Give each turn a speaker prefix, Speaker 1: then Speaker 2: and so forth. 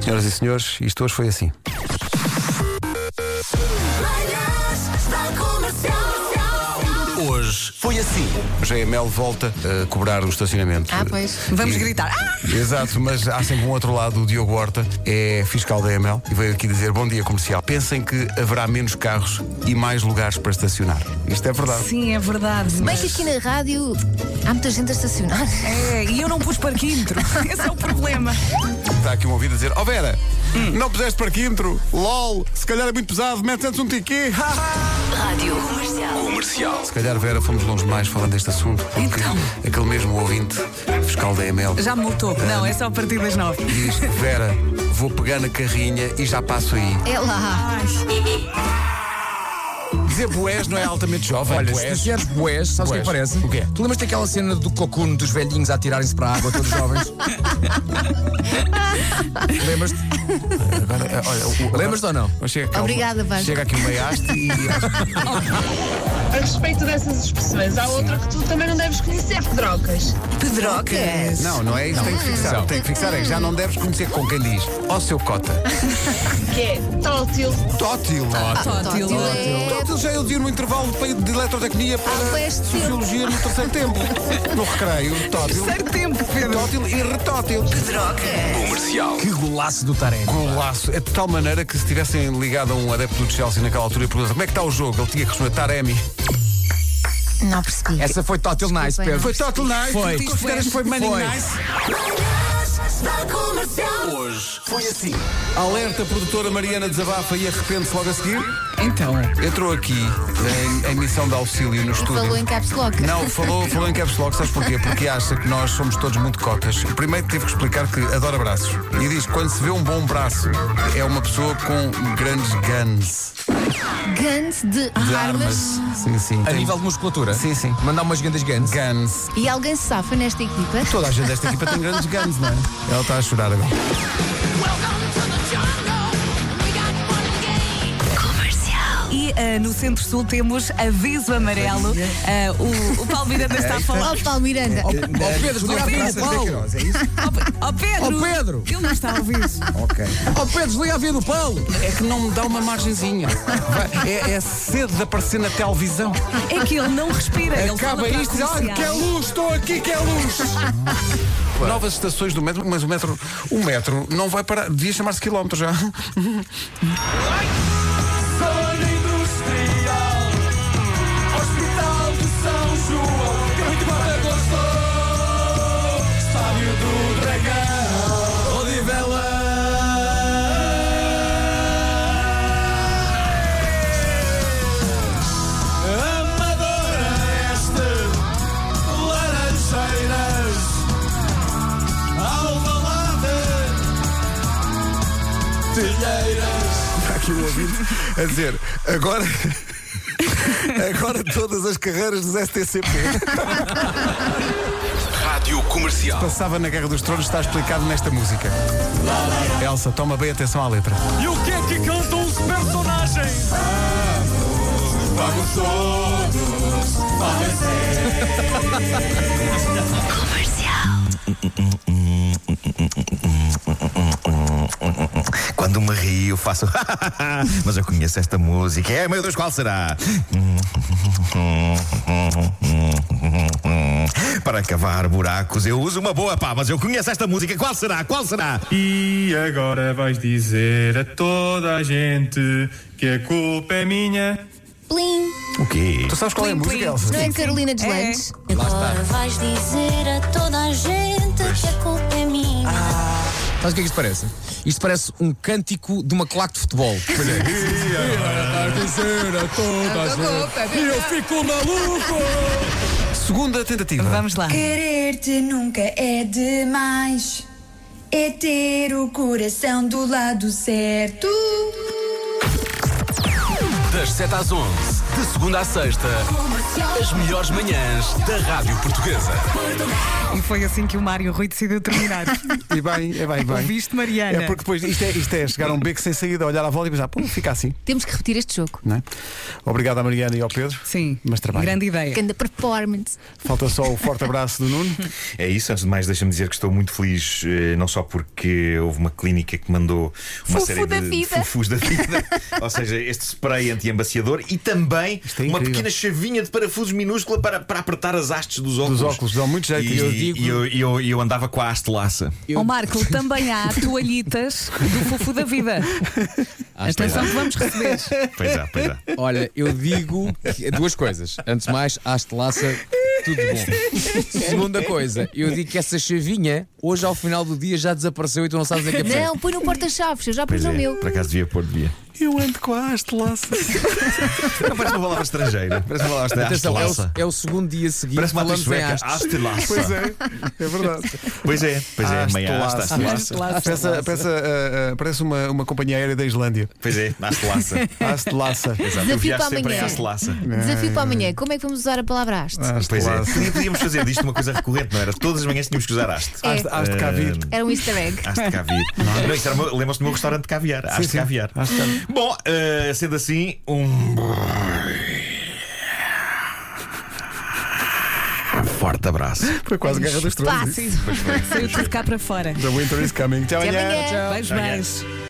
Speaker 1: Senhoras e senhores, isto hoje foi assim.
Speaker 2: Manhãs da Comercial.
Speaker 1: Hoje foi assim. GML volta a cobrar o estacionamento.
Speaker 3: Ah, pois. Vamos
Speaker 1: E-
Speaker 3: gritar. Ah!
Speaker 1: Exato, mas há sempre um outro lado. O Diogo Horta é fiscal da ML e veio aqui dizer bom dia comercial. Pensem que haverá menos carros e mais lugares para estacionar. Isto é verdade.
Speaker 3: Sim, é verdade.
Speaker 4: Bem que aqui na rádio há muita gente a estacionar.
Speaker 3: É, e eu não pus parquímetro. Esse é o problema.
Speaker 1: Está aqui um ouvido a dizer: Ó Vera, não puseste parquímetro? LOL, se calhar é muito pesado, mete antes um tiquê.
Speaker 4: Rádio comercial.
Speaker 1: se calhar, Vera, fomos longe mais falando deste assunto, porque
Speaker 3: Então.
Speaker 1: aquele mesmo ouvinte fiscal da ML
Speaker 3: Já me multou. Não, é só a partir das nove.
Speaker 1: diz: Vera, vou pegar na carrinha e já passo aí.
Speaker 4: É lá.
Speaker 5: Dizer boés não é altamente jovem.
Speaker 6: Olha, se
Speaker 5: boés.
Speaker 6: disseres boés, sabes o que é que
Speaker 5: Boés.
Speaker 6: parece?
Speaker 5: O quê?
Speaker 6: Tu lembras daquela cena do cocuno dos velhinhos a atirarem-se para a água, todos jovens? Lembras-te?
Speaker 1: Agora, eh, olha, o- agora-
Speaker 6: Lembras-te ou não?
Speaker 1: Mas chega cá
Speaker 4: Obrigada,
Speaker 1: uma,
Speaker 4: Vasco.
Speaker 1: Chega aqui uma haste e.
Speaker 7: A respeito dessas expressões, há outra que tu também não deves conhecer, Pedrocas.
Speaker 3: Pedrocas.
Speaker 1: Não, não é isso que tem que fixar. Tem que fixar é que já não deves conhecer com quem diz. Ó seu cota.
Speaker 7: Que é tótil.
Speaker 1: Tótil.
Speaker 3: Tótil.
Speaker 4: Tótil é-
Speaker 1: Tótil já eu dizia no intervalo de, de eletrotecnia
Speaker 4: Ah,
Speaker 1: para
Speaker 4: foi este
Speaker 1: sociologia no terceiro tempo. No recreio, tótil.
Speaker 3: Terceiro tempo, Pedro.
Speaker 1: Tótil e retótil.
Speaker 6: Que golaço do Taremi.
Speaker 1: Golaço. É de tal maneira que se tivessem ligado a um adepto do Chelsea naquela altura e perguntassem como é que está o jogo, ele tinha que responder Taremi.
Speaker 4: Não percebi.
Speaker 6: Essa foi total nice, Pedro.
Speaker 1: Foi Tótil Nice.
Speaker 6: Foi.
Speaker 1: Tu consideras que foi Manning
Speaker 6: Foi.
Speaker 1: Nice?
Speaker 2: Manhãs da Comercial.
Speaker 1: Alerta, produtora Mariana desabafa e arrepende-se logo a seguir.
Speaker 3: Então.
Speaker 1: Entrou aqui em, em missão de auxílio no
Speaker 4: E
Speaker 1: estúdio.
Speaker 4: falou em caps lock.
Speaker 1: Não, falou, falou em caps lock, sabes porquê? Porque acha que nós somos todos muito cotas. Primeiro teve que explicar que adora braços. E diz que quando se vê um bom braço, é uma pessoa com grandes guns
Speaker 4: Guns de,
Speaker 1: de
Speaker 4: armas.
Speaker 1: armas. Sim, sim.
Speaker 6: A
Speaker 1: Tem
Speaker 6: nível de musculatura?
Speaker 1: Sim, sim.
Speaker 6: Mandar umas grandes guns.
Speaker 1: guns.
Speaker 4: E alguém se safa nesta equipa?
Speaker 1: Toda a gente desta equipa tem grandes guns, não é? Ela está a chorar agora.
Speaker 3: E ah, no Centro-Sul temos aviso amarelo. Ah, o, o Paulo Miranda está a falar.
Speaker 4: Ó, Paulo Miranda.
Speaker 6: Ó Oh, Pedro, liga a vida do Paulo.
Speaker 3: Ó Pedro!
Speaker 6: Ó, Pedro!
Speaker 3: Ele não está a ouvir.
Speaker 6: Ó Pedro, desliga a vida do Paulo.
Speaker 1: É que não me dá uma margenzinha. Vai, É, é cedo de aparecer na televisão.
Speaker 3: É que ele não respira. ele fala
Speaker 1: Acaba
Speaker 3: para a
Speaker 1: isto, ah,
Speaker 3: comercial.
Speaker 1: que é luz, estou aqui, que é luz. Novas estações do metro, mas o metro, o metro não vai parar, devia chamar-se quilómetro já. Está aqui o ouvinte a dizer, agora. Agora todas as carreiras dos STCP. Rádio Comercial. Passava na Guerra dos Tronos, está explicado nesta música. Elsa, toma bem atenção à letra.
Speaker 8: E o que é que cantam os personagens?
Speaker 9: Quando me rio, faço. Mas eu conheço esta música. É, meu Deus, qual será? Para cavar buracos, eu uso uma boa pá, mas eu conheço esta música. Qual será? Qual será?
Speaker 8: E agora vais dizer a toda a gente que a culpa é minha.
Speaker 4: Plim.
Speaker 9: O quê?
Speaker 1: Tu sabes qual é a
Speaker 3: Plim,
Speaker 1: música,
Speaker 3: plim.
Speaker 1: Elsa?
Speaker 4: Não é Carolina Deslandes?
Speaker 10: Agora vais dizer a toda a gente que a culpa é minha.
Speaker 6: Sabes o que é que isto parece? Isto parece um cântico de uma claque de futebol. Pois é.
Speaker 3: Opa,
Speaker 6: Eu fico maluco!
Speaker 1: Segunda tentativa.
Speaker 3: Vamos lá.
Speaker 4: É.
Speaker 11: Querer-te nunca é demais. É ter o coração do lado certo.
Speaker 5: Das 7 às 11,
Speaker 12: De segunda à sexta, as melhores manhãs da Rádio Portuguesa.
Speaker 3: E foi assim que o Mário Rui decidiu terminar.
Speaker 1: E bem, é bem, bem.
Speaker 3: Ouviste, Mariana?
Speaker 1: É porque depois isto é, isto é chegar a um beco sem saída, olhar à volta e pensar, pô, fica assim,
Speaker 4: Temos que repetir este jogo.
Speaker 1: não é? Obrigado à Mariana e ao Pedro.
Speaker 3: Sim.
Speaker 1: Mas trabalho.
Speaker 3: Grande ideia.
Speaker 4: Grande performance.
Speaker 1: Falta só o forte abraço do Nuno.
Speaker 9: É isso, antes de mais, deixa-me dizer que estou muito feliz, eh, não só porque houve uma clínica que mandou uma
Speaker 4: Fufu
Speaker 9: série
Speaker 4: da
Speaker 9: de, de
Speaker 4: vida.
Speaker 9: fufus da vida, ou seja, este spray anti-embaciador e também
Speaker 1: é
Speaker 9: uma
Speaker 1: incrível.
Speaker 9: pequena chavinha de parafusos minúscula para, para apertar as hastes dos óculos.
Speaker 1: óculos, dão muito jeito.
Speaker 9: E,
Speaker 1: Eu
Speaker 9: eu,
Speaker 1: digo-
Speaker 9: e eu, e eu- e eu andava com a haste laça.
Speaker 3: Ó Marco, também há toalhitas do fofo da vida.
Speaker 1: é
Speaker 3: Atenção que vamos receber.
Speaker 9: Pois é, pois é.
Speaker 6: Olha, eu digo que- é duas coisas. Antes de mais, haste laça, tudo bom. Segunda coisa, eu digo que essa chavinha hoje ao final do dia já desapareceu e tu não sabes em que é preciso.
Speaker 4: Não, põe no porta-chaves, eu já pus
Speaker 9: Pois
Speaker 4: no
Speaker 9: é,
Speaker 4: meu.
Speaker 9: por acaso devia pôr, devia.
Speaker 1: Eu ando com a haste laça.
Speaker 9: Não parece uma palavra estrangeira, parece uma palavra estrangeira.
Speaker 6: Atenção, é
Speaker 9: Haste-laça.
Speaker 6: o, é o segundo dia seguinte
Speaker 9: Parece uma atriz
Speaker 6: falamos em
Speaker 9: sueca.
Speaker 6: hastes.
Speaker 9: Haste-laça.
Speaker 1: Pois é, é verdade.
Speaker 9: Pois é, pois é,
Speaker 1: Haste
Speaker 9: meia haste,
Speaker 1: laça.
Speaker 9: haste-laça.
Speaker 1: Parece, parece, ah, ah, parece uma, uma companhia aérea da Islândia.
Speaker 9: Pois é, haste-laça.
Speaker 1: Haste laça.
Speaker 9: Exato, eu
Speaker 4: Desafio
Speaker 9: viajo
Speaker 4: para
Speaker 9: sempre em
Speaker 4: amanhã.
Speaker 9: haste-laça.
Speaker 4: Desafio para amanhã. Como é que vamos usar a palavra haste?
Speaker 9: Pois é,
Speaker 1: laça.
Speaker 9: Podia- podíamos fazer disto uma coisa recorrente, não era? Todas as manhãs tínhamos que usar haste.
Speaker 4: É.
Speaker 1: Haste, haste cá vir.
Speaker 4: Era um easter egg.
Speaker 9: Haste de caviar. Não, isso era o meu- Lembram-se do meu restaurante de caviar. Haste de
Speaker 1: sim.
Speaker 9: caviar.
Speaker 1: Haste de caviar.
Speaker 9: Bom, eh, sendo assim, um. Forte abraço.
Speaker 1: Foi quase guerra dos tronos.
Speaker 4: Passe.
Speaker 3: Saiu tudo cá para fora.
Speaker 1: The winter is coming. Até
Speaker 4: amanhã.
Speaker 1: amanhã. Tchau.
Speaker 3: Beijo, beijo.